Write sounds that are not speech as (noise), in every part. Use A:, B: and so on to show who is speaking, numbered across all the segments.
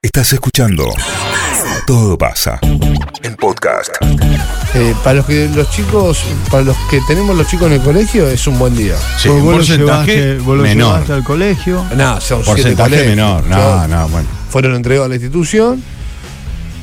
A: Estás escuchando Todo pasa en podcast.
B: Eh, para los que los chicos, para los que tenemos los chicos en el colegio, es un buen día.
C: Sí,
D: Porque
C: un
D: vos lo
C: porcentaje
D: llevaste, vos lo
C: menor.
D: llevaste al colegio.
B: No, son siete
C: Porcentaje
B: colegios.
C: menor. No,
B: Claro.
C: no, bueno.
B: Fueron entregados a la institución,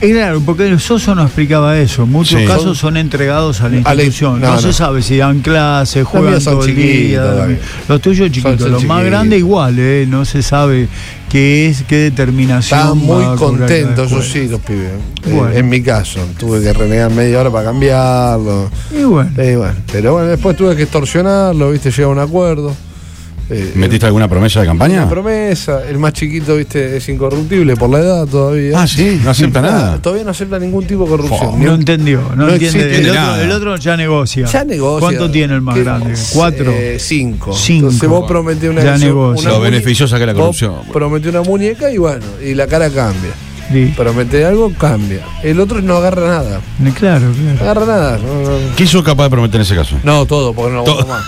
D: Es claro, porque el Soso no explicaba eso. En muchos
C: Sí.
D: casos son entregados a la
B: A la-
D: institución.
B: no,
D: no,
B: no.
D: se sabe si dan clases, juegan
B: míos son
D: todo el día.
B: chiquitos, David.
D: Los tuyos chiquitos,
B: son
D: los más
B: chiquitos.
D: grandes igual, eh, no se sabe qué es, qué determinación.
B: estaban
D: va a
B: muy
D: cobrar cada
B: contentos, eso
D: escuela.
B: sí, los pibes. Eh,
D: Bueno.
B: en mi caso, tuve que renegar media hora para cambiarlo.
D: Y bueno,
B: Eh, bueno, pero bueno, después tuve que extorsionarlo, viste, llegar a un acuerdo. Eh,
C: ¿Metiste alguna promesa de campaña?
B: una promesa, el más chiquito, viste, es incorruptible por la edad todavía.
C: Ah, sí, no acepta nada.
B: Todavía no acepta ningún tipo de corrupción.
C: Fo,
B: ni
D: no
B: un-
D: entendió, no,
B: no
D: entiende.
B: existe
D: El otro,
C: nada.
D: el otro ya negocia.
B: Ya negocia.
D: ¿Cuánto tiene el más
B: ¿Qué?
D: grande?
B: Eh,
D: ¿Cuatro?
B: cinco.
D: Cinco.
B: Entonces vos prometés una
D: Ya
B: cosa-
D: negocia.
B: una
C: Lo
B: muñe-
C: beneficiosa que es la
B: vos
C: corrupción.
B: Prometí una muñeca y bueno, y la cara cambia.
D: Sí.
B: Promete algo, cambia. El otro no agarra nada.
D: Claro,
B: No
D: claro.
B: agarra nada. No, no, no.
C: ¿Qué sos capaz de prometer en ese caso?
B: No, todo, porque no aguanto
C: Todo.
B: más.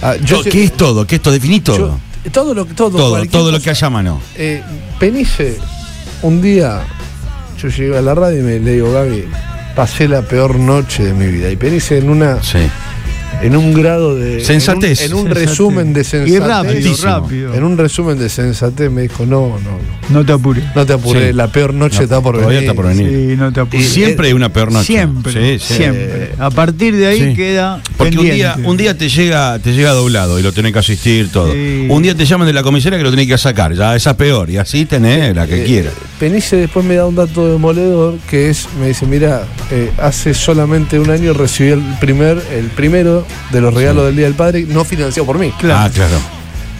B: Ah, yo sé-
C: ¿Qué es todo? ¿Qué es todo? Definí
B: yo-
C: todo.
B: todo lo que todo,
C: todo,
B: cualquier
C: todo lo
B: cosa.
C: que haya a mano.
B: Eh, Penice, un día yo llegué a la radio y me le digo, Gaby, pasé la peor noche de mi vida. Y Penice en una
C: Sí.
B: en un grado de
C: Sensatez.
B: en un, en un
D: Sensatez.
B: resumen de sensatez
D: Y rápido,
C: Altísimo.
D: rápido.
B: en un resumen de sensatez me dijo no no no,
D: No te apures.
B: no te apures
C: Sí.
B: la peor noche
C: No,
B: está por
C: todavía
B: venir
C: está por venir.
D: Sí, no te apures.
C: Siempre hay una peor noche.
D: Eh, Siempre,
C: Sí, sí.
D: siempre. A partir de ahí
C: Sí.
D: queda.
C: Porque un día,
D: pendiente.
C: un día te llega, te llega doblado y lo tenés que asistir todo.
D: Sí.
C: Un día te llaman de la comisaría que lo tenés que sacar, ya esa es peor, y así tenés la que
B: Eh,
C: quieras.
B: Penice después me da un dato demoledor que es me dice mira hace solamente un año recibí el primer el primero de los regalos del día del padre no financiado por mí
D: claro.
C: Ah, claro.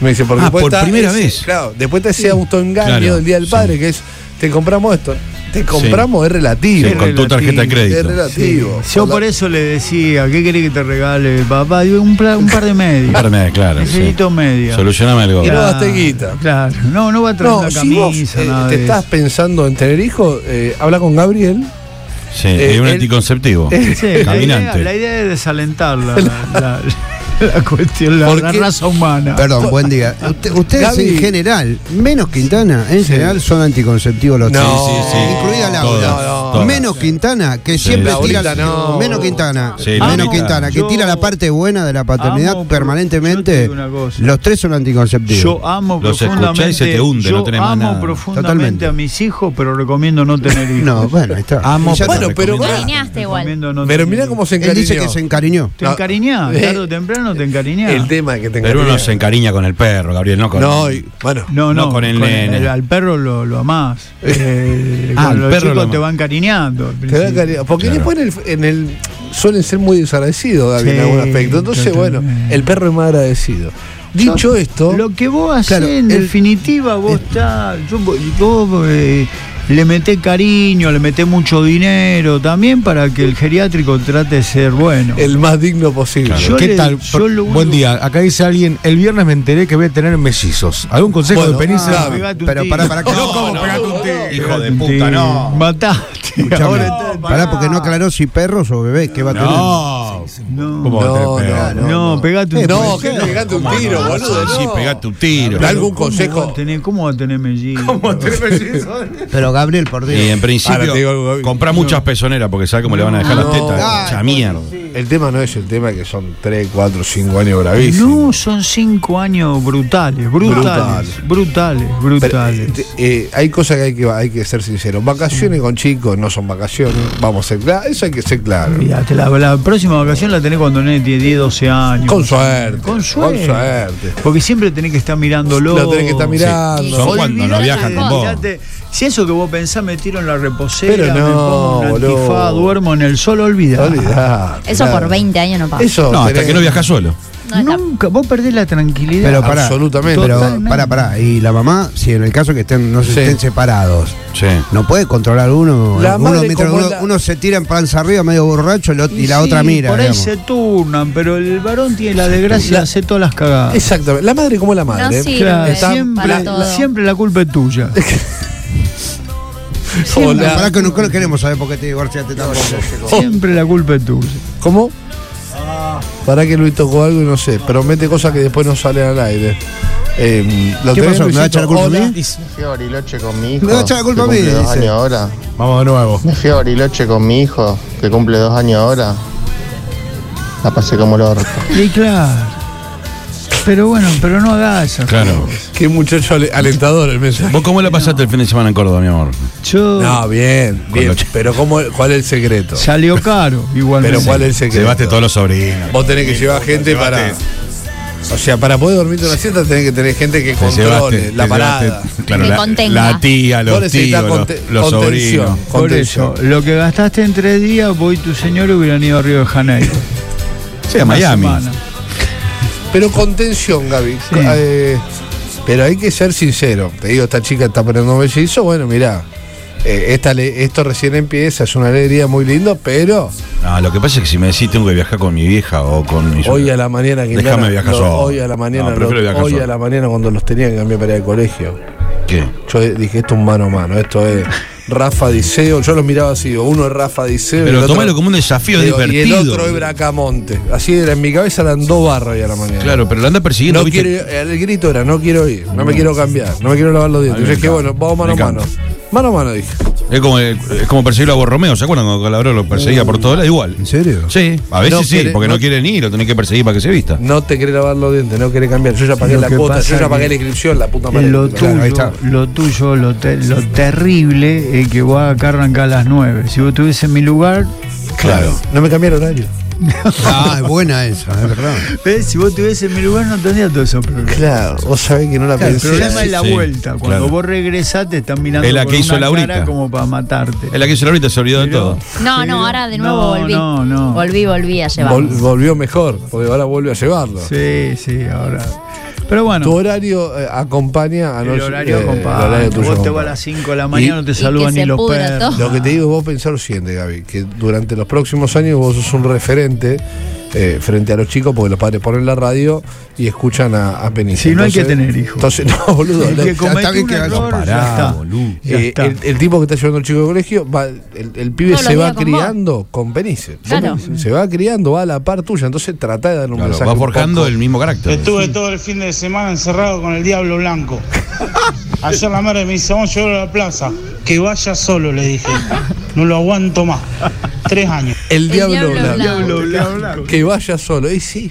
B: me dice porque
C: Ah,
B: después
C: por
B: está
C: primera
B: ese-
C: vez.
B: claro después está ese autoengaño
C: Claro,
B: del día del
C: sí.
B: padre que es te compramos esto te compramos es
C: Sí,
B: relativo
D: Es
C: con tu tarjeta de
D: relativo,
B: es
C: crédito.
B: relativo
D: Yo por eso le decía, ¿qué querés que te regale, papá? Digo, un, pla- un par de medias.
C: Parme, claro.
D: Necesito media.
C: Solucioname algo. Ah,
B: Y no gasté guita.
D: Claro. No, no va a traer
B: No,
D: una
B: si vos
D: camisa,
B: eh,
D: nada
B: te
D: de
B: estás
D: eso.
B: pensando en tener hijos, eh, habla con Gabriel.
C: Sí,
B: Eh,
C: hay un
B: él-
C: anticonceptivo.
D: Sí, la idea-
C: Caminante.
D: La idea, es desalentar la, la- la cuestión, la,
B: ¿Por
D: la
B: qué?
D: raza humana.
E: Perdón, buen día. Usted- ustedes
B: Gaby.
E: en general, menos Quintana, en general son anticonceptivos los
B: No.
E: tres.
B: Sí, sí, sí.
E: Incluida Laura.
C: Todas, todas.
E: Menos Quintana, que
C: Sí.
E: siempre
B: Laurita,
E: tira.
B: no.
E: Menos Quintana.
C: Sí,
E: menos
C: Laurita.
E: Quintana, que
D: Yo-
E: tira la parte buena de la paternidad
D: Amo, yo te
E: permanentemente.
D: digo una cosa.
E: Los tres son anticonceptivos.
D: Yo amo
C: Los escuchás y
D: profundamente.
C: se te hunde,
D: yo
C: no tenés más
D: amo
C: nada.
D: profundamente
E: Totalmente.
D: a mis hijos, pero recomiendo no tener hijos.
E: no, bueno, ahí está.
C: Amo,
E: Ya
C: bueno,
E: está.
C: pero
F: Engañaste igual.
D: Recomiendo no
B: Pero
D: tener
B: mira
D: hijos.
B: cómo se
E: Él
B: encariñó.
E: dice que se encariñó.
D: Te encariñás,
B: Eh,
D: tarde o temprano te encariñás.
B: El tema es que te
C: Pero uno
B: encariñó.
C: se encariña con el perro, Gabriel, no con
B: No, y- bueno.
D: No, no,
C: No con el nene.
D: al perro lo, lo amás. Eh,
C: Ah,
D: con
C: al
D: los
C: perro
D: chicos
C: lo
D: te
C: amás.
D: van cariñando. al
B: te da
D: principio.
B: encariñado. Porque
C: Claro.
B: después en el, en el- Suelen ser muy desagradecidos, Gaby, en
D: Sí,
B: algún aspecto. Entonces,
D: totalmente.
B: bueno, el perro es más agradecido. Dicho esto,
D: Lo que vos haces,
B: Claro,
D: en
B: el-
D: definitiva, vos está, yo- vos, eh, le metés cariño, le metés mucho dinero también para que el geriátrico trate de ser bueno.
B: el más digno posible.
D: Yo
G: ¿Qué
D: le-
G: tal?
D: yo
G: Pro-
D: lo único-
G: Buen día. Acá dice alguien, el viernes me enteré que voy a tener mellizos. ¿Algún consejo
B: Bueno,
G: de Penice?
B: ah,
D: Pegate un
E: Pero
D: tiro.
E: pará, pará, que-
C: Hijo de puta, no.
D: Mataste.
E: Escuchame,
D: Ahora está-
E: pará, porque no aclaró si perros o bebés que va a
C: No.
D: No,
G: ¿Cómo va a
B: No,
G: tener
B: no,
G: perro?
B: no.
D: no, pegate un
B: No,
D: tiro.
B: que pegate un tiro, boludo.
C: Sí,
B: no.
C: pegate un tiro.
B: Pero algún
D: ¿Cómo va
B: consejo.
D: a tener, cómo va a tener mellizos?
E: tener. Pero Gabriel, por Dios.
C: Y en
B: Ahora
C: principio,
B: te digo algo, Gaby.
C: comprá muchas pezoneras porque sabes cómo le van a dejar
B: No.
C: las tetas.
E: Ah,
C: Mucha mierda.
B: El tema no es el tema que son 3, 4, 5 años
D: No,
B: bravísimos.
D: son cinco años brutales, brutales, brutales,
B: Pero,
D: brutales.
B: eh, eh, hay cosas que hay que hay que ser sinceros. Vacaciones con chicos no son vacaciones. Vamos a ser claros. Eso hay que ser claro.
D: Fíjate, la, la próxima vacación la tenés cuando el nene tiene 10, 12 años.
B: Con suerte.
D: Con suerte.
B: Con suerte.
D: Porque siempre tenés que estar mirándolo.
B: Lo tenés que estar mirando.
C: Sí, son cuando no
D: Olvidate,
C: viajan con vos.
D: olvidate. Si eso que vos pensás, me tiro en la reposera,
B: Pero
D: me
B: no,
D: pongo un
B: boludo.
D: antifaz, duermo en el sol, olvidá.
B: Olvidá,
F: Eso
B: claro.
F: por 20 años no pasa.
B: Eso.
C: No, hasta
B: tenés-
C: que no viajas solo.
F: No está-
D: Nunca, vos perdés la tranquilidad.
E: Pero pará,
B: Absolutamente.
E: Pero
D: Totalmente.
E: pará, pará. Y la mamá, si en el caso que estén, no se
B: Sí.
E: estén separados,
C: Sí.
E: no puede controlar uno.
B: La
E: uno,
B: madre
E: mientras
B: como
E: uno,
B: la-
E: uno se tira en panza arriba medio borracho el ot- y, la
D: sí,
E: otra mira.
D: Por ahí
E: digamos.
D: se turnan, pero el varón tiene la desgracia de hacer todas las cagadas.
B: Exactamente. La madre como la madre.
F: No sirve
D: Claro,
F: Está- para
D: siempre,
F: todo.
D: siempre la culpa es
F: (laughs)
D: tuya.
E: No,
B: Hola.
E: pará que no, no queremos saber por qué te divorciaste tampoco.
D: Siempre la culpa es tuya.
B: ¿Cómo?
E: Ah.
B: Para que Luis tocó algo y no sé. Promete cosas que después no salen al aire. Eh, lo
E: ¿Qué
B: tenés,
E: pasó? ¿Me va
B: Luisito?
E: a echar la culpa a
B: Hola.
E: mí?
F: Fui a Bariloche con mi hijo.
E: Me va a echar la culpa
F: que
E: a mí,
F: cumple dos
E: dice.
F: años ahora.
G: Vamos de nuevo.
F: Me fui a Bariloche con mi hijo, que cumple dos años ahora. La pasé como el orto.
D: Y claro. Pero bueno, pero no hagas eso.
C: Claro.
B: Qué muchacho ale- alentador el
E: (laughs)
B: mensaje.
C: ¿Vos cómo la pasaste el fin de semana en Córdoba, mi amor?
D: Yo
B: No, bien, bien.
C: los ch-
B: Pero cómo, ¿cuál es el secreto?
D: salió caro, igualmente.
B: Pero ¿cuál es el secreto?
C: Llevaste todos los sobrinos.
B: Vos tenés que llevar gente para. O sea, para poder dormir una siesta tenés que tener gente que
C: Te
B: controle
C: llevaste-
B: la
C: te
B: parada.
C: llevaste, claro,
H: Me
C: la-
H: contenga.
C: La tía,
B: Vos
C: los
B: necesitas
C: tíos, los,
B: conte-
C: los
B: contención.
C: sobrinos.
D: Por eso, lo que gastaste en tres días, vos y tu señor hubieran ido a Río de Janeiro.
C: Sí, a
D: Una
C: Miami.
D: semana.
B: Pero contención, Gaby.
D: Sí.
B: Eh, pero hay que ser sincero. Te digo, esta chica está poniendo un mellizo. Bueno, mirá, eh, esta le- esto recién empieza, es una alegría muy linda, pero
C: No, lo que pasa es que si me decís tengo que viajar con mi vieja o con mi
B: hoy a la mañana que
C: Déjame viajar solo.
B: Hoy a la mañana,
C: No, prefiero
B: lo-
C: viajar
B: hoy
C: solo.
B: a la mañana cuando los tenían que cambiar para ir al colegio.
C: ¿Qué?
B: Yo dije, esto es mano a mano, esto es Rafa Diceo. Yo los miraba así, digo, uno es Rafa Diceo. y el
C: Pero
B: otro-
C: tomalo como un desafío
B: digo, Y
C: divertido.
B: el otro es Bracamonte. Así era, en mi cabeza eran dos barras hoy a la mañana.
C: Claro, pero lo anda persiguiendo,
B: No
C: ¿viste?
B: quiero, el grito era, no quiero ir, no me quiero cambiar, no me quiero lavar los
C: A
B: dientes.
C: mí me
B: Yo dije,
C: encanta,
B: bueno, vamos mano
C: me
B: a mano.
C: encanta.
B: Mano a mano dije.
C: Es como, eh, es como perseguirlo a Borromeo, ¿se acuerdan cuando Calabró lo perseguía por todos lados? Igual.
E: ¿En serio?
C: Sí, a veces
B: No
C: sí,
B: quiere-
C: porque no,
B: no-
C: quieren ir, lo tenés que perseguir para que se vista.
B: No te querés lavar los dientes, no querés cambiar. Yo ya pagué
D: Lo
B: la
D: que
B: cuota,
D: pasa
B: yo ya
D: que
B: pagué la inscripción, la puta madre.
D: Lo
B: Claro, ahí
D: tuyo,
B: está.
D: lo tuyo, lo, te- lo terrible es que vos acá arrancás a las 9. Si vos estuviese en mi lugar,
B: Claro. No me cambié el horario.
E: Ah, es buena esa, es verdad.
D: ¿ves? si vos estuviese en mi lugar no tendrías todo eso problemas.
B: Claro, vos sabés que no la
D: Claro, el
B: pensé.
D: problema es la
C: sí,
D: vuelta. Cuando
C: claro.
D: vos regresás te están mirando
C: Es la
D: con
C: que hizo
D: una
C: Laurita.
D: cara como para matarte.
C: Es la que hizo ahorita, se olvidó de
D: Pero-
C: todo.
H: No,
D: Sí.
H: no, ahora de nuevo
D: No,
H: volví.
D: no, no.
H: Volví, volví a llevar.
B: Vol- volvió mejor, porque ahora vuelve a llevarlo.
D: Sí, sí, ahora. Pero
B: Tu
D: bueno,
B: horaño eh, acompaña a
D: el
B: no-
D: horario
B: eh,
D: compadre.
B: el horario tuyo
D: Vos te vas
B: acompaña.
D: a las 5 de la mañana,
B: Y-
D: no te
H: y
D: saludan
H: que se
D: ni los
H: pudra
D: perros.
H: todo.
B: Lo que te digo, vos pensar lo siguiente, Gaby, que durante los próximos años vos sos un referente eh, frente a los chicos, porque los padres ponen la radio y escuchan a, a Penice.
D: Sí, no hay que tener hijos.
B: Entonces, (laughs) no, boludo.
D: El
B: no, ya
D: que
B: está
D: comete
B: bien
D: un
B: que hagas-
D: error,
B: No,
D: ya
B: pará.
D: está.
C: boludo.
D: Ya
B: Eh,
D: está.
B: el, el tipo que está llevando al chico de colegio, va- el, el pibe
H: Todos
B: se
H: los
B: va
H: días con
B: criando con Penice.
H: Claro.
B: Se va criando, va a la par tuya. Entonces trata de dar un
C: Claro,
B: mensaje.
C: va
B: un
C: forjando
B: poco-
C: el mismo carácter.
I: Estuve todo el fin de semana encerrado con el diablo blanco. Ayer la madre me dice, vamos a llevarlo a la plaza. Que vaya solo, le dije. No lo aguanto más. Tres años.
B: El diablo,
H: diablo
B: blanco.
H: blanco.
D: Diablo blanco.
B: Que vaya solo. Y sí.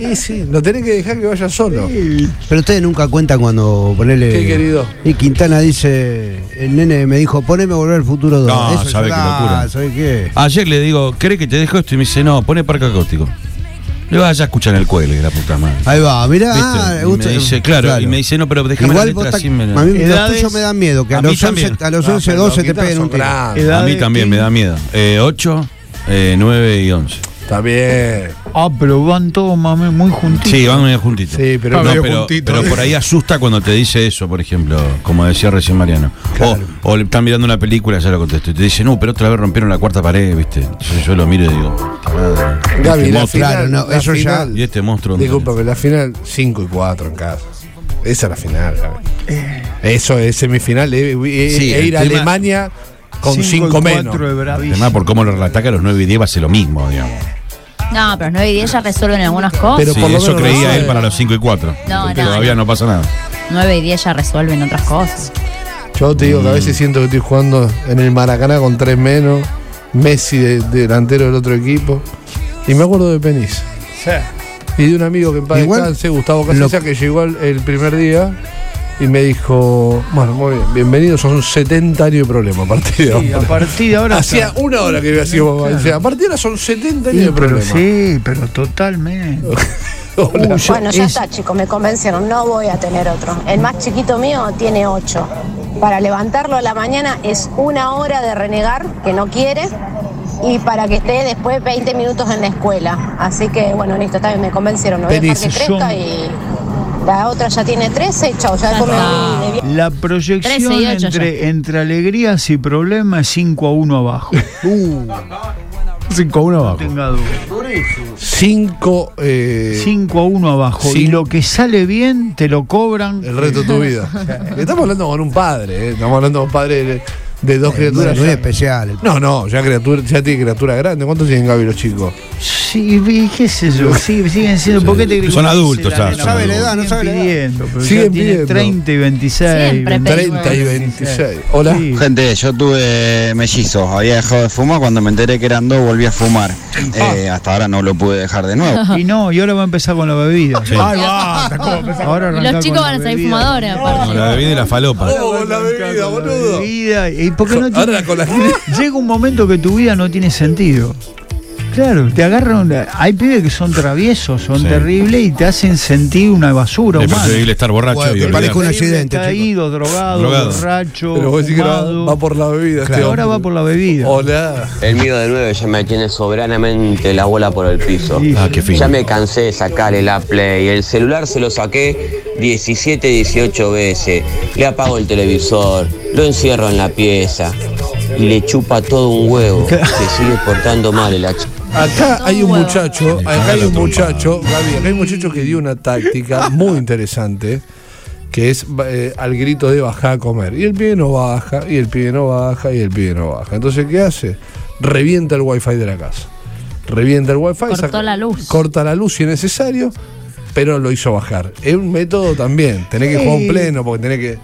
B: Y sí. Lo tenés que dejar que vaya solo.
E: Pero ustedes nunca cuentan cuando ponele.
B: Qué querido.
E: Y Quintana dice, el nene me dijo, poneme a volver al futuro 2.
C: No,
E: Eso es
C: sabe qué
E: verdad,
C: locura.
E: ¿sabe qué?
C: Ayer le digo, ¿cree que te dejo esto? Y me dice, no, pone parque acústico. Le vas a escuchar el cuelgue, la puta madre.
E: Ahí va, mirá.
C: ¿Viste?
E: ah,
C: y
E: gusta-
C: me dice, claro, y me dice, no, pero déjame la
E: Igual
C: letra
E: vos
C: así. Me
E: está-
C: la-
E: a mí los
D: Edades-
E: tuyos me dan miedo, que a,
C: A mí
E: los 11,
C: también.
E: a los
B: No,
E: 11,
B: pero
E: 12 te
B: Quintana
E: peguen
B: son
E: un tiro.
B: grandes.
D: Edad
C: A mí
D: de
C: también me da miedo. Eh, 8, 9 y 11.
B: Está bien.
D: Ah, pero van todos mami, muy juntitos.
C: Sí, van medio juntitos.
B: Sí, pero
C: No,
B: no,
C: pero,
G: juntitos.
C: pero por ahí asusta cuando te dice eso, por ejemplo, como decía recién Mariano. O- O, le están mirando una película, ya lo contesto, y te dice, no, pero otra vez rompieron la cuarta pared, ¿viste? Entonces yo lo miro y digo,
B: Gaby,
C: Este
B: la
C: monstruo.
B: final,
E: Claro, no,
B: la
E: eso ya-
B: final-
C: ¿y este monstruo? dónde
B: Disculpa, pero la final 5 y 4 en casa. Esa es la final, Gaby. Eso es semifinal. eh, eh,
C: Sí,
B: eh,
C: el
B: ir a
C: tema-
B: Alemania con
D: Cinco y
B: 5 menos.
D: cuatro de bravísimo.
C: Además, por cómo lo relata que a los 9 y 10 va a ser lo mismo, digamos.
H: No, pero 9 y 10 ya resuelven algunas cosas.
B: Pero
C: Sí,
B: por lo
C: eso
B: menos
C: creía
B: no-
C: él para los 5 y 4.
H: No, no,
C: Todavía no pasa nada.
H: 9 y 10 ya resuelven otras cosas.
B: Yo te digo que a veces siento que estoy jugando en el Maracaná con 3 menos. Messi de- delantero del otro equipo. Y me acuerdo de Penis. Y de un amigo que en paz
E: Igual,
B: descanse, Gustavo Casilla, que llegó al- el primer día y me dijo, bueno, muy bien, bienvenido, son 70 años de problema a partir de
D: Sí, a
B: ahora".
D: partir de ahora.
B: Hacía
D: está-
B: una hora que había sido papá.
D: Claro.
B: Decía, a partir de ahora son 70 años
D: Sí,
B: de
D: pero
B: problema.
D: sí, pero totalmente.
B: Hola.
D: Uy, yo-
J: Bueno, Uh, ya
D: es-
J: está, chicos, me convencieron, no voy a tener otro. El más chiquito mío tiene ocho. Para levantarlo a la mañana es una hora de renegar, que no quiere, y para que esté después 20 minutos en la escuela. Así que, bueno, listo, está bien, me convencieron, no voy a dejar que
D: Penis,
J: crezca
D: yo-
J: y la otra ya tiene 13 y chao, ya después me voy de viaje.
D: La
H: Trece
D: proyección
H: y ocho
D: entre, entre alegrías y problemas es 5 a 1 abajo.
G: 5 a 1 abajo.
D: Tenga duda.
B: 5 eh,
D: 5 a 1 abajo.
B: Sí.
D: Y lo que sale bien te lo cobran.
B: el resto de tu vida.
D: (laughs)
B: Estamos hablando con un padre, eh, estamos hablando con un padre de, de dos
E: Bueno,
D: Eh,
B: criaturas.
E: no es
B: ya-
E: especial.
B: No, no, ya, criatura, ya tiene criatura grande. ¿Cuántos tienen Gaby los chicos?
D: Sí, y qué sé yo, sí, siguen siendo. ¿Por qué te
C: Son
D: gritan?
C: adultos,
D: La
C: ya,
D: nena,
C: son
D: pero siguen
E: adultos. No sabe la edad, no sabe la edad.
D: pidiendo, pero ya
B: Siguen
D: tiene
B: pidiendo.
D: 30 y 26.
H: Siempre
B: 30 y 26. Hola.
D: Sí.
K: Gente, yo tuve mellizos, había dejado de fumar, cuando me enteré que eran dos volví a fumar. Eh, hasta ahora no lo pude dejar de nuevo.
D: Y no, y ahora va a empezar con la bebida.
C: Sí.
G: Ay, basta, ¿cómo empezamos?
D: Ahora
H: Y
D: arrancá
H: los chicos
D: con la
H: van a salir
D: bebida.
H: fumadores,
C: Como
H: aparte.
C: la bebida y la falopa.
B: Oh, con la bebida, boludo.
D: Bebida, y porque no tiene-
B: Ahora con la
D: Llega un momento que tu vida no tiene sentido. Claro, te agarran. Hay pibes que son traviesos, son
C: Sí.
D: terribles y te hacen sentir una basura
C: Es
D: humana.
C: preferible estar borracho
E: Bueno,
C: y
E: que
C: olvidar.
E: parezca un accidente. chicos.
D: Caído, drogado,
C: Drogado.
D: borracho.
B: Pero vos decís que era-
D: fumado.
B: va por la bebida.
D: Claro,
B: este
D: ahora va
B: hombre.
D: por la bebida.
B: Hola.
L: El mío de nueve ya me tiene soberanamente la bola por el piso.
C: Ah, qué fino.
L: Ya me cansé de sacar el Apple y el celular se lo saqué 17, 18 veces. Le apago el televisor, lo encierro en la pieza y le chupa todo un huevo. Se sigue portando mal el hacha.
B: Acá hay un
H: huevo.
B: muchacho, acá hay un muchacho, Gaby, acá hay un muchacho que dio una
D: (laughs)
B: táctica muy interesante, que es eh, al grito de bajar a comer. Y el pibe no baja, y el pibe no baja, y el pibe no baja. Entonces, ¿qué hace? Revienta el wifi de la casa. Revienta el wifi.
H: Cortó la luz.
B: Corta la luz si es necesario, pero lo hizo bajar. Es un método también, tenés que jugar un
D: Sí.
B: pleno, porque tenés que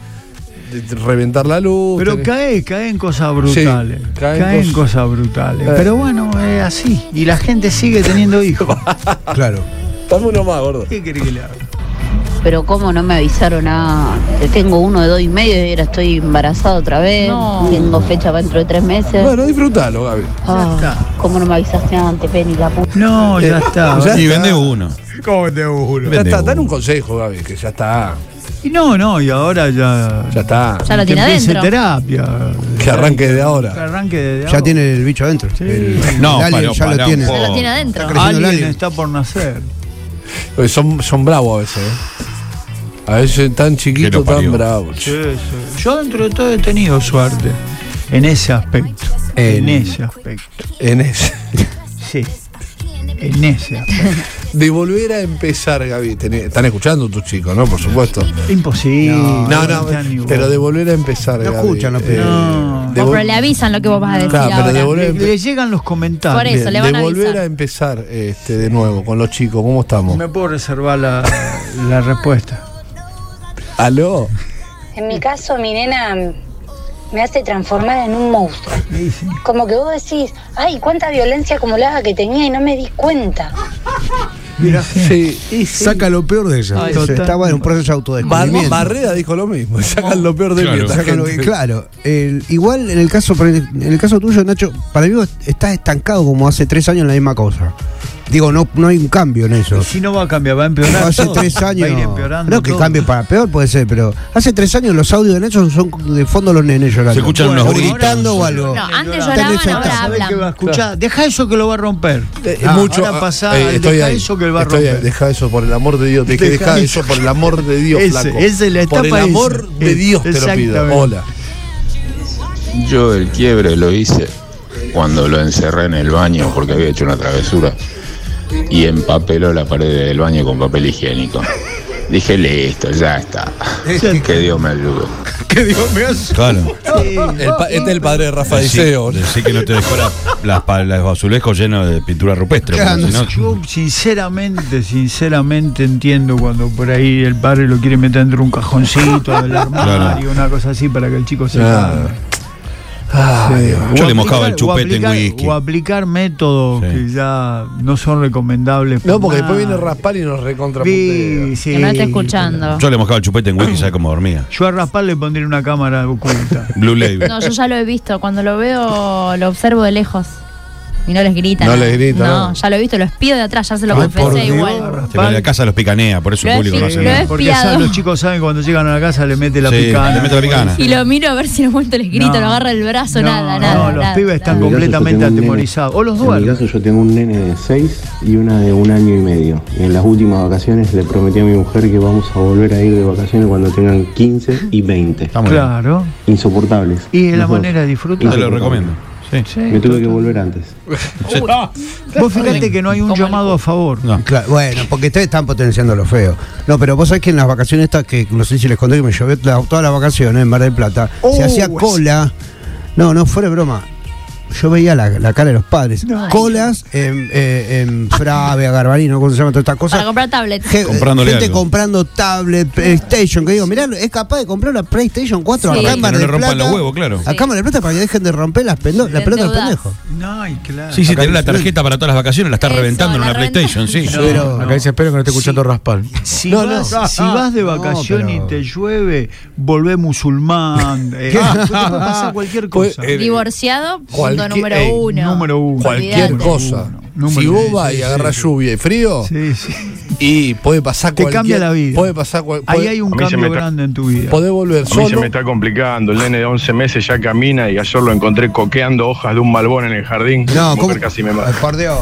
B: de- reventar la luz.
D: Pero
B: tenés-
D: cae, cae en cosas brutales.
B: Sí, cae
D: cae
B: en
D: en
B: cosas-
D: cosas brutales.
B: Eh.
D: Pero bueno, es así. Y la gente sigue teniendo hijos.
B: (laughs)
E: Claro.
B: Dame uno más, gordo.
D: ¿Qué querés que le haga?
M: Pero cómo no me avisaron a... que Tengo uno de dos y medio y ahora estoy embarazada otra vez.
H: No.
M: Tengo fecha para dentro de tres meses.
B: Bueno, disfrutalo, Gaby.
M: Ah,
D: está.
M: ¿Cómo no me avisaste antes, Penny, la puta?
D: No, ya
B: Eh,
E: (laughs)
D: está.
B: ya-
C: Y vende uno.
G: ¿Cómo te juro?
B: Ya
C: Vende
B: está,
C: uno.
B: dan un consejo, Gaby, que ya está.
D: Y no, no, y ahora ya.
B: Ya está.
H: Ya lo
D: que
H: tiene
D: empiece
H: adentro.
D: terapia.
B: Que arranque desde
D: Que
B: ahora.
D: arranque de
E: Ya tiene el bicho adentro. El-
C: No,
E: el alien
C: paró,
E: ya
C: pará
E: lo
C: un
E: tiene.
C: poco.
H: Ya lo tiene adentro.
E: creciendo el
D: Alguien
E: alien.
D: está por nacer.
B: Eh, Son, son bravos a veces, ¿eh? A veces tan
C: Que
B: chiquitos,
C: lo
B: tan
C: parió.
B: bravos.
D: Sí, sí. Yo dentro de todo he tenido suerte. En ese aspecto. En,
E: Eh,
B: En-
D: ese aspecto.
B: En ese.
D: Sí. En ese aspecto.
B: (laughs) De volver a empezar, Gaby. Tenés- están escuchando tus chicos, ¿no? Por supuesto.
D: Imposible.
B: No, no,
D: están ni
B: pero
D: vos.
B: de volver a empezar,
E: No
B: Gaby. eh,
E: escuchan, no piden.
D: No.
B: de
H: O
B: vol-
H: Ah, pero le avisan lo que vos vas a decir
B: Claro, pero de
H: ahora.
B: volver a
D: Le,
B: empe-
D: le llegan los comentarios.
H: Por eso,
B: Bien,
H: le van
B: de
H: a
B: volver
H: avisar.
B: a empezar este, de nuevo con los chicos, ¿cómo estamos?
D: Me puedo reservar la, la respuesta.
B: ¿Aló?
N: En mi caso, mi nena me hace transformar en un monstruo. Como que vos decís, ay, cuánta violencia acumulada que tenía y no me di cuenta.
D: Mira,
B: Sí.
E: Saca lo peor de ella.
D: Ay,
E: Entonces,
D: total.
E: Está bueno, un proceso de
B: Bar-
E: autodescubrimiento.
B: Barrera dijo lo mismo. (laughs) Sacan lo peor de
C: Claro.
B: mí. esta
E: Saca lo-
B: gente.
E: claro, el- igual en el caso en el caso tuyo, Nacho, para mí vos estás estancado como hace tres años en la misma cosa. Digo, no, no hay un cambio en eso.
D: Si no va a cambiar, va a empeorar.
E: hace
D: todo.
E: tres años.
D: Va a ir empeorando.
E: No, que
D: todo.
E: cambie para peor puede ser, pero hace tres años los audios de Nacho son de fondo los nenes llorando.
C: Se escuchan
E: O
C: unos
E: gritando o algo.
H: No,
D: Lloraban,
H: antes lloraban, ahora
D: ¿Sabés
E: ahora
D: qué va a
H: hablan.
D: escuchar? Deja eso que lo va a romper.
B: Eh,
D: Ah,
B: mucho,
D: ahora
B: ah,
D: pasá,
B: eh,
D: deja eso que el va a
B: estoy ahí,
D: romper.
B: deja eso por el amor de Dios. Te dije,
D: Deja
B: deja eso por el amor de Dios,
D: Ese,
B: flaco.
D: esa es la
B: por el
D: etapa esa.
B: amor de
D: Eh,
B: Dios te lo pido.
D: exactamente.
B: Hola.
O: Yo el quiebre lo hice cuando lo encerré en el baño porque había hecho una travesura y empapeló la pared del baño con papel higiénico. Dije, listo, ya está. Que Dios me ayude.
C: Claro.
B: El pa- este es el padre de Rafa
C: Decí,
B: Diceo.
C: decí que no te dejó la- las, pa- las azulejos llenos de pintura rupestre.
E: Claro,
C: porque si no-
D: Yo sinceramente, sinceramente entiendo cuando por ahí el padre lo quiere meter dentro de un cajoncito del armario, una cosa así para que el chico se
B: Claro.
D: calme.
B: Ay, Ah, Dios.
D: O
C: Yo le
D: aplicar-
C: mojaba el
D: o
C: chupete en
D: aplicar-
C: whisky.
D: O aplicar métodos
C: Sí.
D: que ya no son recomendables.
B: No, porque después viene
D: Raspar
B: Raspal y nos recontrapuntea.
D: Sí, sí.
H: Que no esté escuchando.
C: Yo le mojaba el chupete en whisky y sabía cómo dormía.
D: Yo a Raspar le pondría una cámara oculta.
C: Blue Label.
H: No, yo ya lo he visto. Cuando lo veo, lo observo de lejos. Y no les gritan.
B: No les grita,
H: No,
B: no.
H: ya lo he visto, lo espío de atrás, ya se lo
D: Ay, por
H: confesé
D: Dios.
H: igual.
C: Sí, pero la casa los picanea, por eso el
H: Lo
C: público no
H: es-
C: hace
H: lo
C: nada.
H: es-
D: Porque
H: Espiado.
D: saben, los chicos saben que cuando llegan a la casa le mete la
C: Sí,
D: picana.
C: le mete la picana.
H: Y lo miro a ver si en un momento les grito,
D: No.
H: no agarra el brazo, nada, nada.
D: No, los
H: nada,
D: pibes están
L: En mi
H: nada.
L: caso,
D: completamente
L: yo tengo un
D: atemorizados. O los
L: En mi
D: duermen.
L: caso yo tengo un nene de 6 y una de un año y medio. En las últimas vacaciones le prometí a mi mujer que vamos a volver a ir de vacaciones cuando tengan 15 y 20.
C: Está muy bien.
D: Claro.
L: Insoportables.
D: Y es la
L: Los dos.
D: manera de disfrutar.
C: Te lo recomiendo. Sí.
D: Sí,
L: Me tuve que
D: total.
L: volver antes.
D: Vos fíjate que no hay un llamado a favor.
C: No.
E: Claro, bueno, porque ustedes están potenciando lo feo. No, pero vos sabés que en las vacaciones estas, que no sé si les conté que me llovió la- todas las vacaciones en Mar del Plata,
D: Oh,
E: se hacía
D: es-
E: cola. No, no, fuera de broma. yo veía la, la cara de los padres. Colas en, eh, en Frave, Garbarino, ¿cómo se llama toda esta cosa?
H: Para comprar tablets.
E: Je-
C: Comprándole
E: gente
C: algo.
E: comprando tablet, PlayStation, que digo, mirá, es capaz de comprar una PlayStation 4
C: Sí. Para
E: a
C: que
E: Cámara
C: no
E: de
C: le rompan
E: Plata,
C: los huevos, claro.
E: A Cámara de Plata para que dejen de romper las, pelo- las pelotas de los
D: endeudás.
E: pendejos.
D: No, y claro.
C: Sí, sí, tener la tarjeta para todas las vacaciones, la está reventando en una PlayStation, sí.
E: Pero-
G: Acá dice, espero que no esté escuchando Raspal.
D: Si,
E: No,
D: vas,
E: no.
D: si vas de
E: No,
D: vacación
E: pero-
D: y te llueve, volvé musulmán. eh,
B: ¿Qué?
D: después te puede pasar cualquier
B: Pues,
D: cosa.
B: eh,
H: Divorciado, punto
B: Cualquier-
H: número
B: ey,
H: uno.
D: número uno.
B: Cualquier
H: Olvídate.
B: cosa.
D: Número
B: si vos
D: uno.
B: vas y
D: Sí,
B: agarras
D: sí.
B: lluvia y frío,
D: Sí, sí.
B: y puede pasar
D: Te
B: cualquier-
D: cambia la vida.
B: Puede pasar cual-
D: Ahí
B: puede-
D: hay un
P: A mí se
D: cambio
P: me tra-
D: grande en tu vida.
B: podés volver
P: A mí se
B: solo.
P: me está complicando. El nene de 11 meses ya camina y ayer lo encontré coqueando hojas de un malbón en el jardín.
E: No,
P: Mujer
E: ¿cómo?
P: casi me
B: Eh,
P: mata.
E: Por Dios.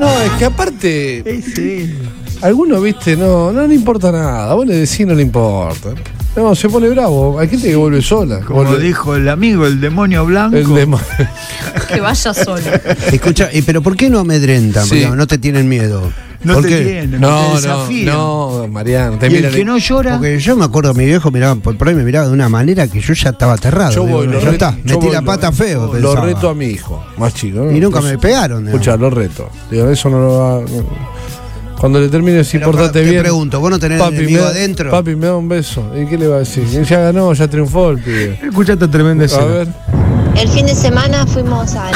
B: No, es que aparte.
D: Sí.
B: Algunos, viste, no, no le importa nada. Vos le decís, no le importa. No, se pone bravo. Hay gente que vuelve sola.
D: Como
B: Vuelve-
D: dijo el amigo, el demonio blanco.
B: el demo-
H: (laughs) Que vaya solo.
E: (laughs) Escucha, eh, pero ¿por qué no amedrentan?
B: Sí.
E: Mariano? No te tienen miedo.
D: No
E: ¿Por
D: te
E: qué?
D: tienen, te
B: No, no,
D: desafían.
B: no, Mariano. Te
D: Y
B: mira
D: el que no llora,
E: Porque yo me acuerdo, mi viejo miraba, por, por ahí me miraba de una manera que yo ya estaba aterrado.
B: Yo
E: Digo,
B: voy, lo
E: ya
B: reto-
E: está,
B: yo
E: metí
B: voy,
E: la
B: lo-
E: pata feo.
B: Lo
E: pensaba.
B: reto a mi hijo, más chico. ¿no?
E: Y nunca me
B: Entonces,
E: pegaron. digamos.
B: Escucha, lo reto. Digo, eso no lo va. no- Cuando le termine, si
E: Pero,
B: portate
E: te
B: bien.
E: pregunto, ¿vos no tenés enemigo adentro?
B: Papi, me da un beso. ¿Y qué le va a decir? Él ya ganó, ya triunfó el pibe.
G: Escucha esta tremenda
B: A
G: escena.
B: ver.
J: El fin de semana fuimos al,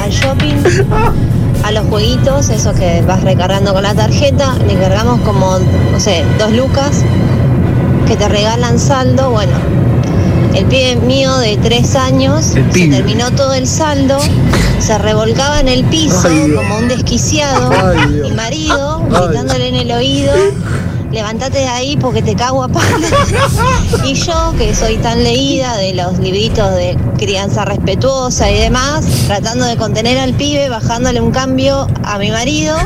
J: al shopping,
H: (laughs)
J: a los jueguitos, esos que vas recargando con la tarjeta. Le cargamos como, no sé, dos lucas que te regalan saldo. Bueno, el pibe mío de tres años
D: El
J: se
D: pibe.
J: terminó todo el saldo, se revolcaba en el piso como un desquiciado.
D: Ay, Dios.
J: Mi marido gritándole en el oído. Levántate de ahí porque te cago a palo. Y yo, que soy tan leída de los libritos de crianza respetuosa y demás, tratando de contener al pibe, bajándole un cambio a mi marido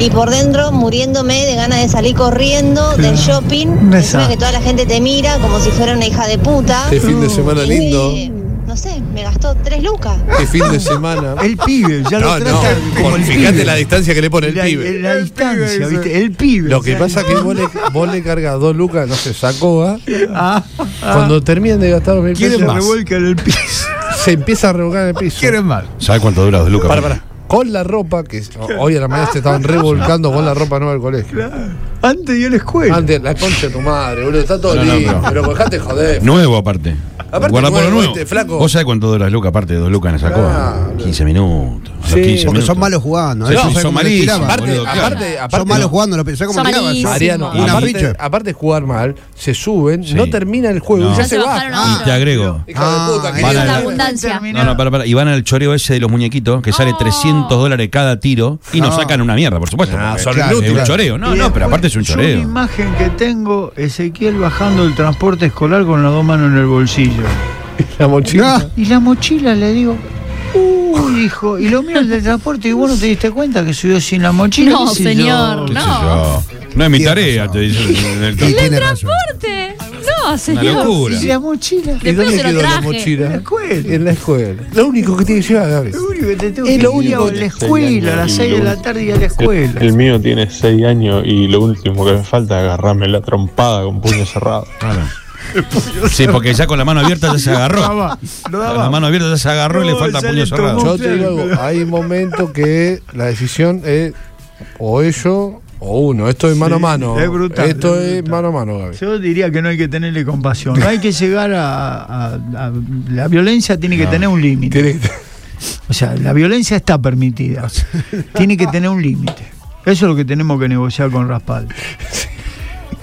J: y por dentro muriéndome de ganas de salir corriendo del shopping.
D: Una
J: Encima
D: esa-
J: que toda la gente te mira como si fuera una hija de puta.
B: Qué Este fin de semana
J: Y,
B: lindo.
J: eh, Ah. No sé, me gastó tres lucas.
B: Qué fin de
D: (laughs)
B: semana.
D: el pibe, ya lo
B: No, no.
D: trata como
B: por-
D: el
B: Fíjate
D: pibe.
B: la distancia que le pone el
D: La-
B: pibe.
D: La, distancia, ¿viste? El pibe.
B: Lo que
D: o sea,
B: pasa es que vos le, vos le cargas dos lucas, no se sacó, ¿ah?
D: ah, ah,
B: Cuando terminan de gastar los mil
D: quiere
B: pesos,
D: revuelca en el piso.
B: se empieza a revolcar en el piso.
G: Quieren más.
C: ¿Sabes cuánto dura dos lucas?
B: Para, para. Con la ropa, que hoy a la mañana se estaban revolcando con la ropa nueva del colegio.
D: Antes de ir a la escuela.
B: Antes, la concha de tu madre, boludo, está todo
C: No, no,
B: lindo.
C: pero-
B: pero cojate, joder.
C: Nuevo aparte.
B: Aparte,
C: Guarda por lo
B: nuevo,
C: nuevo.
B: este, flaco.
C: Vos sabés cuánto dura las lucas, aparte de dos lucas en esa cosa.
B: Claro.
C: 15 minutos. a
B: Sí,
C: los 15
E: Porque son
C: minutos.
E: malos jugando. ¿eh?
C: Sí,
E: No,
C: sí,
E: ¿sabés
C: son
E: cómo le
C: malísimos,
E: tiraban?
B: Aparte,
C: boludo, claro.
B: aparte, aparte,
E: son malos jugando, lo pensás como
H: Son
E: tiraba yo.
H: malísimos.
B: Mariano,
E: Una
B: aparte,
E: ficha.
B: aparte de jugar mal, se suben, no termina el juego, y
C: No.
B: ya
C: Ya
B: se
H: se
B: va.
H: bajaron a
C: Y te agrego.
B: Hijo
E: Ah,
B: de puta, que
C: van
B: le-
C: a la-
H: abundancia.
C: No, no, para, para. Y van al choreo ese de los muñequitos, que sale 300 dólares cada tiro y nos sacan una mierda, por supuesto.
B: Ah,
C: porque
B: son
C: es
B: inútiles.
C: un choreo. No,
D: Y
C: no,
D: después,
C: pero aparte es un
D: yo
C: choreo.
D: Una imagen que tengo, Ezequiel bajando el transporte escolar con las dos manos en el bolsillo.
B: la mochila.
D: Y la mochila le digo. Uy, hijo, y lo mío el del transporte y vos no te diste cuenta que subió sin la mochila.
H: No,
D: ¿Qué sé yo?
H: señor,
C: ¿Qué sé
H: No.
C: yo? No es mi tarea, te dicen en el
E: Y
C: campo.
E: tiene razón.
H: ¡Corte! No,
C: Una
H: señor.
C: locura.
D: Y la mochila.
B: ¿Y
H: Después
B: dónde
H: se lo
B: quedó la
H: traje.
B: mochila?
D: En la escuela.
B: En la escuela. Lo único que tiene que llevar, Gaby.
D: Lo único que te tengo
B: Es
D: que
B: lo
D: ir
B: único
D: a
B: que-
D: la escuela, a las 6 de la tarde y a la escuela.
P: El mío tiene 6 años y lo último que me falta es agarrarme la trompada con puño cerrado.
C: Claro. Sí, porque ya con la mano abierta ya se (laughs) agarró.
D: Lo
C: Con la
D: daba.
C: mano abierta ya se agarró y le
D: No,
C: falta
D: ya
C: puño
D: le
C: cerrado.
D: tomó.
B: Yo te digo algo, hay momentos que la decisión es o ellos o uno. Esto es mano a
D: Sí,
B: mano.
D: es brutal,
B: Esto
D: es
B: es,
D: brutal.
B: mano a mano, Gaby.
D: Yo diría que no hay que tenerle compasión. No hay que llegar a. a- a- la violencia tiene que tener un límite.
B: Tiene que-
D: O sea, la violencia está permitida. Tiene que tener un límite. Eso es lo que tenemos que negociar con Raspal.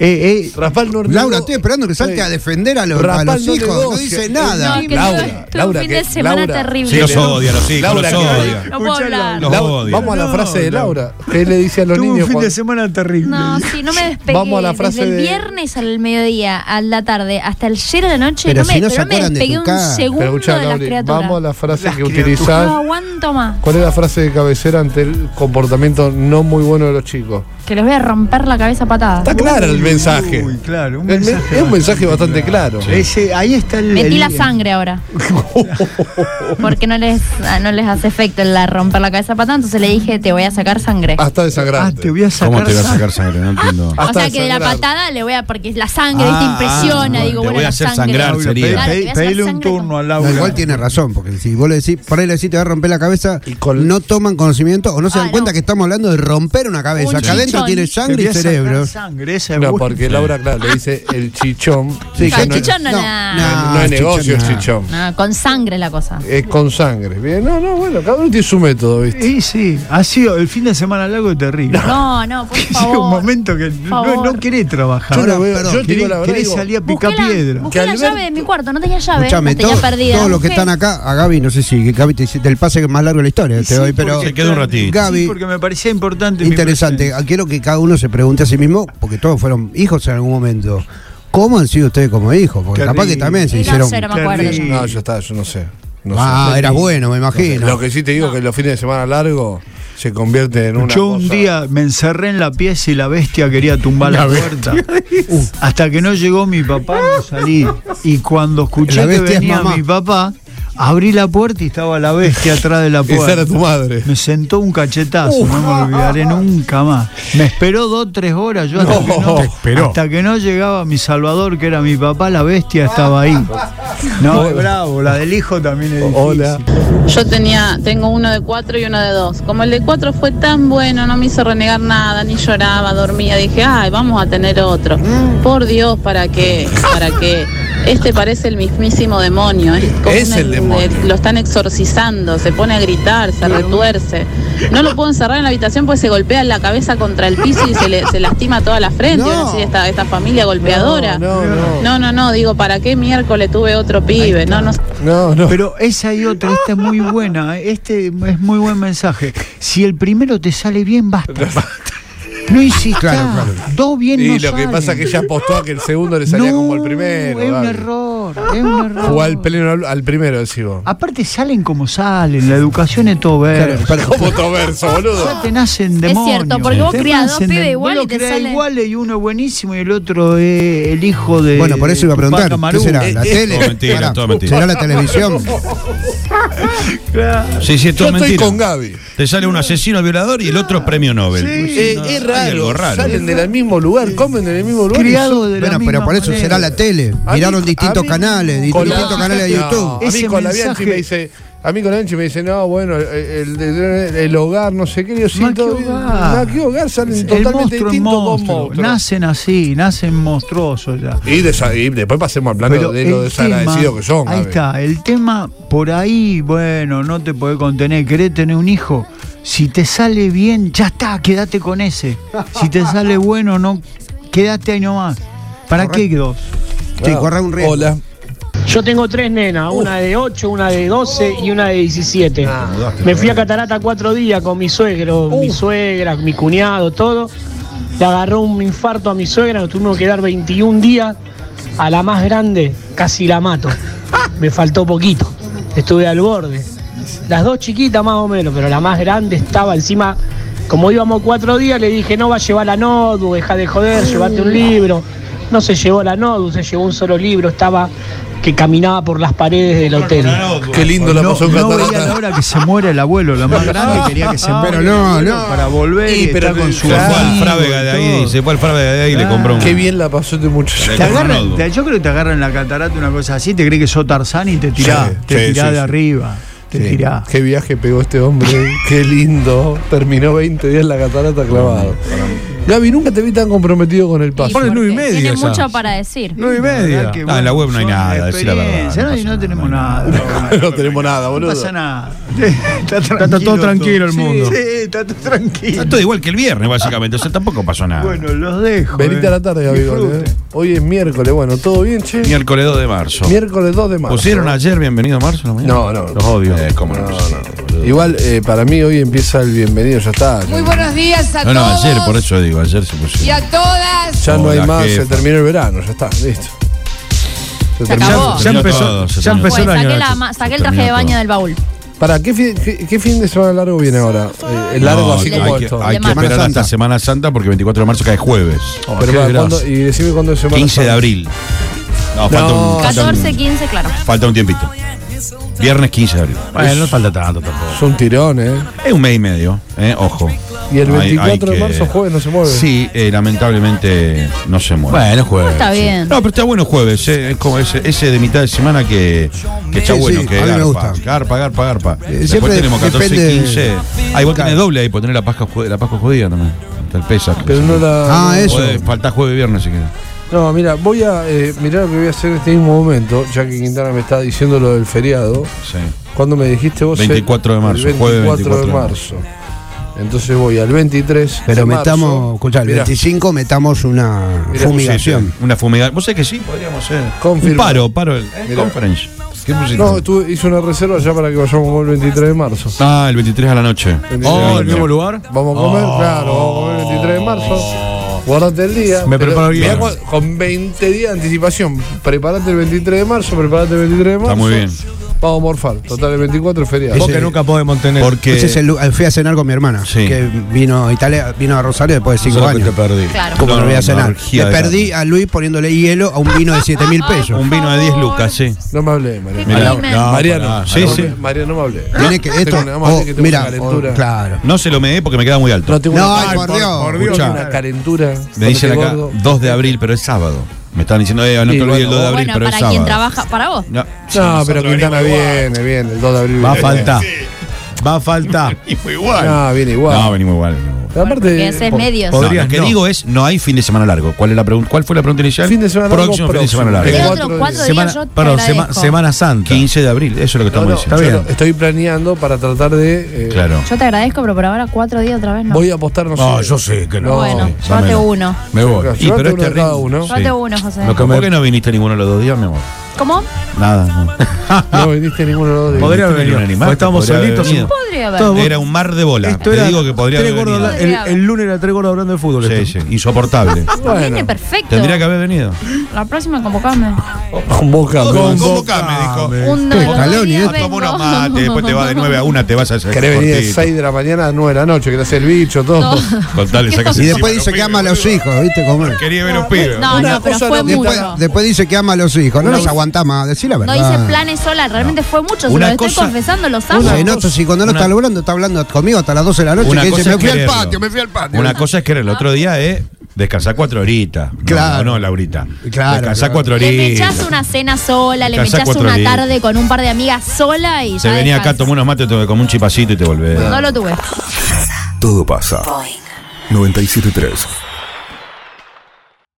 D: Eh, eh,
B: Rafael no
E: Laura, estoy esperando que salte
B: Sí.
E: a defender a los, a
B: Rapaz,
E: los
B: no
E: hijos. No
B: negocia.
E: dice nada.
H: No, que
B: Laura,
H: tuve- tuve
B: Laura,
H: un fin de
B: que-
H: semana
B: Laura.
H: terrible.
C: Sí, los odia, los hijos, los
B: Laura, que-
C: odia.
H: No puedo hablar.
C: Los
B: Lau-
C: odia.
B: vamos a la
D: No,
B: frase de
D: Laura.
B: Laura. ¿Qué le dice a los
D: tuve un
B: niños?
D: fin de
B: cuando-
D: semana terrible.
H: No, sí, no me despegué.
B: Vamos a la frase
H: Desde el
B: de-
H: viernes al mediodía, a la tarde, hasta ayer a la noche,
E: Pero
H: no me,
E: si no se
H: pero me
E: acuerdan de
H: despegué
E: tu
H: un
E: cara.
H: segundo
B: Pero escuchá,
H: de las
B: Laura,
H: criaturas.
B: vamos a la frase
D: Las
B: que
D: criaturas.
H: No
B: utilizás.
H: aguanto más.
B: ¿Cuál es la frase de cabecera ante el comportamiento no muy bueno de los chicos?
H: Que les voy a romper la cabeza a patadas.
B: Está clara
D: Uy,
B: mensaje.
D: Uy, claro, un
B: El men-
D: mensaje
B: es un mensaje bastante claro.
D: Ese- ahí está el.
H: Metí
D: el-
H: la
C: (laughs)
H: sangre ahora. Porque no les, ah, no les hace efecto la romper la cabeza para tanto. Entonces le dije, te voy a sacar sangre.
C: Ah,
B: Hasta desangrante.
D: Ah, te voy a sacar.
C: ¿Cómo te va a
B: (laughs)
C: sacar sangre? No entiendo.
H: o
B: hasta
H: sea que de la
B: desangrar.
H: patada le voy a. Porque la sangre,
C: Ah,
H: ¿viste? Impresiona.
C: ah,
H: digo,
C: te
H: bueno,
C: voy a
H: la
C: hacer
H: sangre.
C: sangrar, sería.
H: Claro, te voy a sacar
D: Pedile un
H: sangre con-
D: turno al
E: No,
D: Laura.
E: igual tiene razón, porque si vos le decís, por ahí le decís te va a romper la cabeza, no toman conocimiento o no se dan cuenta que estamos hablando de romper una cabeza.
H: Un
E: Acá adentro
H: chichón.
E: tiene
D: Te
E: sangre
D: voy
E: y
D: a
E: cerebro.
D: sacar Sangre, esa es
B: No,
D: buena.
B: porque Laura, claro, le dice el chichón.
E: Sí,
B: Y
H: Con
B: ya no,
H: chichón no,
E: no,
H: nada.
B: no
D: Ah,
B: es negocio el
E: chichón,
B: chichón.
H: No, con sangre la cosa.
B: Es con sangre. Bien, no, no, bueno, cada uno tiene su método, ¿viste?
D: Y sí, ha sido el fin de semana largo y terrible. (laughs)
H: No, no,
C: (laughs)
H: por
D: Ha sido un
H: favor.
D: momento que no,
H: favor.
D: no querés trabajar.
B: Yo la veo-
D: Perdón,
B: yo te
D: querés-
B: digo la verdad,
D: querés
B: digo,
D: salir a picar
H: Busqué la,
D: piedra.
H: busqué
B: Que
H: la
B: Alberto-
H: llave de mi cuarto, no tenía llave.
E: Escuchame,
H: la tenía
E: todo-
H: perdida.
E: todos los que
H: Busqué.
E: están acá, a Gaby, no sé si Gaby te, del pase que es más largo de la historia,
D: Y
E: te
D: sí,
E: doy, pero
D: porque-
C: Se queda un ratito.
E: Gaby-
D: Sí, porque me parecía importante. mi
E: interesante.
D: presencia.
E: Quiero que cada uno se pregunte a sí mismo, porque todos fueron hijos en algún momento. ¿Cómo han sido ustedes como hijos? Porque
D: Qué
E: capaz que
D: rico.
E: también se
H: Y no
E: hicieron.
H: sé, no me acuerdo.
D: Terrible.
B: No, yo estaba, yo no sé. No
E: ah,
B: sé.
E: era bueno, me imagino.
B: Lo que sí te digo que los fines de semana largos se convierte en una.
D: Yo un
B: cosa-
D: día me encerré en la pieza y la bestia quería tumbar la, puerta. Uh, hasta que no llegó mi papá, no salí. Y cuando
E: La
D: escuché que
E: bestia es
D: venía
E: mamá.
D: mi papá, abrí la puerta y estaba la bestia atrás de la puerta.
B: Esa era tu madre.
D: Me sentó un cachetazo, no me olvidaré nunca más. Me esperó dos, tres horas, yo hasta,
B: No,
D: que no,
B: te esperó.
D: hasta que no llegaba mi Salvador, que era mi papá, la bestia estaba ahí. No, eh, bravo, la del hijo también es difícil.
B: Hola.
Q: Yo tenía, tengo uno de cuatro y uno de dos. Como el de cuatro fue tan bueno, no me hizo renegar nada, ni lloraba, dormía. Dije, ay, vamos a tener otro. Por Dios, ¿para qué? ¿Para qué? Este parece el mismísimo demonio. Es, como
B: Es
Q: una-
B: el demonio.
Q: eh, lo están exorcizando, se pone a gritar, se retuerce. No lo puedo encerrar en la habitación pues se golpea la cabeza contra el piso y se, le, se lastima toda la frente.
E: No.
Q: Van a decir, esta, esta familia golpeadora.
B: No, no.
Q: no, no, no, digo, ¿para qué miércoles tuve otro pibe? No, no sé.
B: No, no.
D: Pero esa y otra, esta es muy buena, ¿eh? este es muy buen mensaje. Si el primero te sale bien, basta. No insistas.
E: Claro, claro.
D: Dos bien
B: Y
D: no
B: lo que
D: salen.
B: pasa es que ella apostó a que el segundo le salía
D: No,
B: como el primero.
D: Es un
B: dale.
D: error, es un error.
B: Jugá al, pleno, al, al primero, decís vos.
D: Aparte salen como salen, la educación es todo
E: Claro,
D: ver.
E: para-
B: ¿Cómo todo verso, boludo?
D: Ya te nacen demonios.
H: cierto, porque vos
D: Te
H: criás dos
D: nacen
H: pibes
D: de-
H: igual
D: vos
H: y te
D: criás
H: salen-
D: iguales y uno es buenísimo y el otro es el hijo de.
E: Bueno, por eso iba a
D: de
E: preguntar.
D: Tupac
E: ¿Qué
D: Amaru.
E: será? ¿La
D: Eh,
E: tele?
C: todo mentira,
E: Pará,
C: todo mentira.
E: ¿Será la televisión?
C: Sí, sí, es
B: Yo
C: todo
B: estoy
C: mentira.
B: con Gaby.
C: Te sale un asesino violador y el otro premio Nobel. Pues,
B: Eh, es
C: Hay algo
B: raro,
C: raro.
B: Salen del mismo lugar, comen del mismo lugar. y
D: Criado de la
E: Bueno, pero
D: misma
E: por eso
D: manera.
E: será la tele.
B: A mí-
E: Miraron
B: a
E: distintos
B: mí-
E: canales,
B: con la-
E: distintos canales de
B: No,
E: YouTube.
B: a mí
D: Ese
B: con la Bianchi
D: mensaje-
B: me dice, a mí con la Bianchi me dice, no, bueno, eh, el, el- el hogar, no sé qué, yo siento.
D: que hogar.
B: no, que hogar salen
D: El
B: totalmente
D: monstruo es
B: distintos dos
D: monstruo.
B: monstruos.
D: Nacen así, nacen monstruosos ya.
B: Y, desa- y después pasemos al plano de lo
D: el
B: desagradecido
D: tema-
B: que son.
D: Ahí
B: Gaby.
D: está, el tema por ahí, bueno, no te podés contener. ¿Querés tener un hijo? Si te sale bien, ya está, quédate con ese. Si te sale bueno, no, quédate ahí nomás. ¿Para qué dos?
E: Sí, corre un riesgo.
B: Hola.
R: Yo tengo tres nenas, una de 8, una de 12 y una de 17. Me fui a Catarata cuatro días con mi suegro, mi suegra, mi cuñado, todo. Le agarró un infarto a mi suegra, nos tuvimos que dar 21 días. A la más grande casi la mato. Me faltó poquito, estuve al borde. Las dos chiquitas más o menos, pero la más grande estaba encima. Como íbamos cuatro días, le dije, no va a llevar la Nodu, deja de joder, llévate un libro. No se llevó la Nodu, se llevó un solo libro, estaba que caminaba por las paredes del hotel.
B: Qué lindo la
D: No,
B: pasó en
D: no veía la
B: Catarata.
D: hora que se muera el abuelo, la
C: (laughs)
D: más grande quería que se muera.
E: Pero
D: el
E: no,
D: abuelo
E: no.
D: Para volver y,
B: Y, pero
D: estar con su
C: Se fue al
D: amigo
C: Frávega
D: y
C: de ahí,
D: todo.
C: se fue al Frávega de ahí y le compró un.
B: Qué bien la pasó este muchacho.
D: Te
C: Con
D: agarran-
C: Ronaldo.
D: te- yo creo que te agarran en la catarata una cosa así, te crees que sos Tarzán y te tirás,
B: Sí,
D: te
B: sí,
D: tirás
B: sí,
D: de
B: sí.
D: arriba, te
B: Sí,
D: tirás.
B: Qué viaje pegó este hombre, qué lindo. Terminó 20 días la catarata clavado. Gaby, nunca te vi tan comprometido con el paso.
G: Pones nueve y
H: Porque
G: media.
H: Tiene
G: ya.
H: mucho para decir.
G: Nueve y
D: La
G: media.
D: verdad que,
C: Ah, en la web no hay
D: son
C: nada, decí la verdad,
D: experiencia,
C: no
D: No, y
C: pasa
D: no
C: nada,
D: tenemos
C: no hay
D: nada.
B: (laughs) no tenemos nada,
D: No
B: boludo.
D: pasa
C: (laughs)
D: nada. Está,
G: todo tranquilo el
D: todo.
G: mundo.
D: Sí, está todo
C: Está
D: tranquilo.
C: todo igual que el viernes, básicamente. O sea, tampoco pasó nada.
D: Bueno, los dejo.
B: Venite
D: eh.
B: a la tarde, Gaby.
D: Disfruten.
B: ¿eh? Hoy es miércoles, bueno, ¿todo bien, che?
C: Miércoles 2 de marzo.
B: Miércoles 2 de marzo.
C: ¿Pusieron ayer bienvenido a marzo? en la mañana?
B: No, no.
C: Los odio. Eh, cómo no.
B: Igual, eh, para mí hoy empieza el bienvenido, ya está.
S: Muy buenos días a
C: No, no,
S: todos
C: ayer, por eso digo, ayer se
S: y
C: pusieron.
S: a todas.
B: Ya no hay
C: Hola,
B: más, se
C: jefa.
B: terminó el verano, ya está, listo. Se
H: acabó.
G: Ya
C: Terminó
G: empezó,
C: todo, se
G: ya
S: Oh.
C: terminó.
G: empezó
H: Pues,
G: el año.
H: saqué, la
C: Nacho.
H: ma- saqué el
C: Terminó
H: traje de baño
C: todo.
H: del baúl.
B: Para, ¿qué, fi- qué, qué fin de semana largo viene ahora? Eh, el largo
C: No,
B: así como
C: hay que,
B: esto.
C: hay que oh, esperar hasta Semana Santa porque 24 de marzo cae jueves.
B: Pero para, ¿cuándo- y decime cuándo es semana
C: 15 de
B: Santa.
C: abril. No,
B: No.
C: Falta, un, falta,
H: 14,
C: un,
H: 15, claro.
C: falta un tiempito. Viernes 15 de abril.
B: Bueno, no
C: falta tanto tampoco.
B: Es un tirón, ¿eh?
C: Es un mes y medio, eh, ojo.
B: Y el
C: Hay- hay
B: 24 de
C: que-
B: marzo jueves no se mueve.
C: Sí, eh, lamentablemente no se mueve.
G: Bueno, jueves.
H: Está bien.
C: No, pero está bueno jueves, eh, es como ese, ese de mitad de semana que, que está
E: Sí,
C: bueno,
E: sí,
C: que
E: a mí me
C: garpa,
E: gusta. Eh,
C: garpa, garpa, garpa.
E: siempre
C: Después tenemos 14 y
E: depende-
C: 15. Ahí vos tenés doble ahí, por tener la Pascua, judía- la Pascua judía también. Está el Pesaj.
B: Pero no la- Ah, eso.
C: Podés- Faltá jueves y viernes si querés.
B: No, mira, voy a eh, mirar lo que voy a hacer en este mismo momento, ya que Quintana me está diciendo lo del feriado.
C: Sí.
B: ¿Cuándo me dijiste vos?
C: 24 de marzo,
B: El 24,
C: jueves
B: de
C: 24 de
B: marzo. Entonces voy al 23.
E: Pero
B: de
E: metamos,
B: marzo.
E: escuchá, el
B: Mirá,
E: 25 metamos una
C: Mirá, sí,
E: fumigación.
C: sí, Una fumigación. Vos sabés que sí, podríamos hacer.
B: Confirmo.
C: Un paro, paro el eh,
B: Mirá.
C: conference. ¿Qué pusiste?
B: No, tú hice una reserva ya para que vayamos con el 23 de marzo.
C: Ah, el 23 a la noche.
B: Oh, ¿el mismo
G: lugar?
B: Vamos a comer,
C: Oh.
B: claro, vamos a comer el 23 de marzo. Guardate el día.
G: Me
B: pero
G: preparo
B: mirá
G: bien.
B: cua- Con 20 días de anticipación. Preparate el 23 de marzo, preparate el 23 de marzo.
C: Está muy bien.
B: Vamos a morfar. Total, el 24 es feriado.
G: Vos que nunca podés mantener.
C: Porque.
E: Ese es el lu- eh, fui a cenar con mi hermana,
C: Sí.
E: que vino a Italia, vino a Rosario después de 5
G: Solo que
E: años.
G: te perdí.
H: Claro.
E: Como
C: No,
E: no voy
C: no,
E: a cenar.
C: orgía
E: Me
C: de
E: perdí a Luis poniéndole hielo a un vino de 7 mil pesos.
C: Un vino de 10 lucas, sí.
B: No me hablé, Mariano.
C: Mirá.
H: Dime.
C: No,
B: Mariano,
C: pará.
B: no
C: Sí,
B: me-
C: sí.
B: Mariano, no me hablé.
E: Tiene que esto.
B: Tengo una- vamos a
E: oh,
B: decir que tengo
E: mira,
B: una calentura.
E: oh, claro.
C: No se lo me dé porque me queda muy alto.
B: No tengo
E: No,
B: una,
E: ay, por Dios.
B: Tengo
C: Escuchá.
B: una calentura.
C: Me dicen
B: Ponete
C: acá
B: gordo.
C: 2 de abril, pero es sábado. Me están diciendo, eh, no
B: Y
C: te olvides el
B: bueno,
C: 2 de abril,
H: Bueno,
C: pero es
H: para
C: sábado.
H: quien trabaja, para vos.
C: No,
B: No, pero Quintana viene, viene, el 2 de abril.
G: Va a
B: viene.
G: faltar. Va a faltar.
B: No, viene igual.
C: no, venimos igual. venimos igual.
B: Pero
H: Porque
B: aparte,
H: ese es
B: po-
H: medios.
C: No,
G: Podrías
C: lo que
G: no.
C: digo es, no hay fin de semana largo. ¿Cuál, es la pregunta? ¿Cuál fue la pregunta inicial?
B: Fin de semana largo,
C: próximo, fin de semana
B: próximo.
C: largo.
H: Pero
B: cuatro
H: otros cuatro
B: días.
H: días
G: Semana,
H: yo te
G: perdón, sema-
H: agradezco.
G: Semana Santa.
C: 15 de abril, eso es lo que
B: no,
C: estamos
B: no,
C: diciendo.
B: yo
G: bien.
B: no- estoy planeando para tratar de. eh,
C: Claro.
H: Yo te agradezco, pero por ahora cuatro días otra vez no.
B: Voy a apostar, no,
G: No, yo sé que no.
H: bueno,
C: sí,
H: llévate
C: dámelo.
H: uno.
G: Me voy.
B: Claro,
C: Y, pero
B: llévate
C: es
B: uno de
C: terrible.
B: cada uno.
H: Llévate uno, José.
G: Lo que me-
C: ¿Por qué no viniste ninguno de los dos días, mi amor?
H: ¿Cómo?
C: Nada. no. (laughs) Ah.
B: No viniste ninguno de los dos.
G: Podría haber
C: Tiene
G: venido.
C: un animal
G: porque
C: que
G: Estábamos
C: podría haber
G: solitos.
C: venido.
H: Podría haber.
G: Todo-
C: Era un mar de bola.
G: Esto
C: Ah, Te
G: era
C: digo que podría
G: tres
C: haber
G: gordos
C: venido.
G: habla- el, el lunes era tres gordos hablando de fútbol.
C: Sí,
G: esto.
C: sí, insoportable.
H: Viene perfecto.
C: Tendría que haber venido.
H: La próxima convocame.
B: Convocame.
C: me dijo.
H: Un de los
E: Scaloni,
H: dos días
E: ¿eh?
C: Ah, toma
H: vengo.
C: unos mates, después te va de 9 a 1, te vas a hacer.
B: Querés venir de
C: cortito.
B: 6 de la mañana a 9 de la noche, querés hacer el bicho,
H: (laughs)
B: todo.
C: Con tal le sacas
E: Y
C: encima
E: después
C: los
E: dice que
C: pibes,
E: ama a los
C: boludo.
E: hijos, ¿viste? Como-
C: Quería ver a los pibes.
H: No,
B: Una
H: no, pero
B: cosa
H: fue
B: no te
E: Después,
H: mucho.
E: después dice que ama a los hijos. No los aguanta más, decí la
H: No
E: verdad.
H: hice planes sola, realmente fue mucho. Se
C: Ah. Una
H: lo estoy
C: cosa-
H: confesando, los amo.
E: Una, no, si cuando no
C: una-
E: está hablando, está hablando conmigo hasta las 12 de la noche.
C: Una
E: Que
C: cosa
E: dice, me
C: es
E: fui al
C: quererlo.
E: patio, me fui al patio.
C: Una cosa es que el otro día es descansar cuatro horitas. No,
E: Claro.
C: No, no, Laurita.
E: Claro,
C: Descansar
E: claro.
C: cuatro
H: Le me echás
C: horitas.
H: una cena sola, le me
C: Casá
H: echás
C: cuatro
H: una
C: días.
H: tarde con un par de amigas sola y
C: Se
H: ya
C: venía
H: dejás.
C: acá, tomó unos mates, tomó como un chipacito y te volvés.
H: No lo tuve.
A: Todo pasa. 973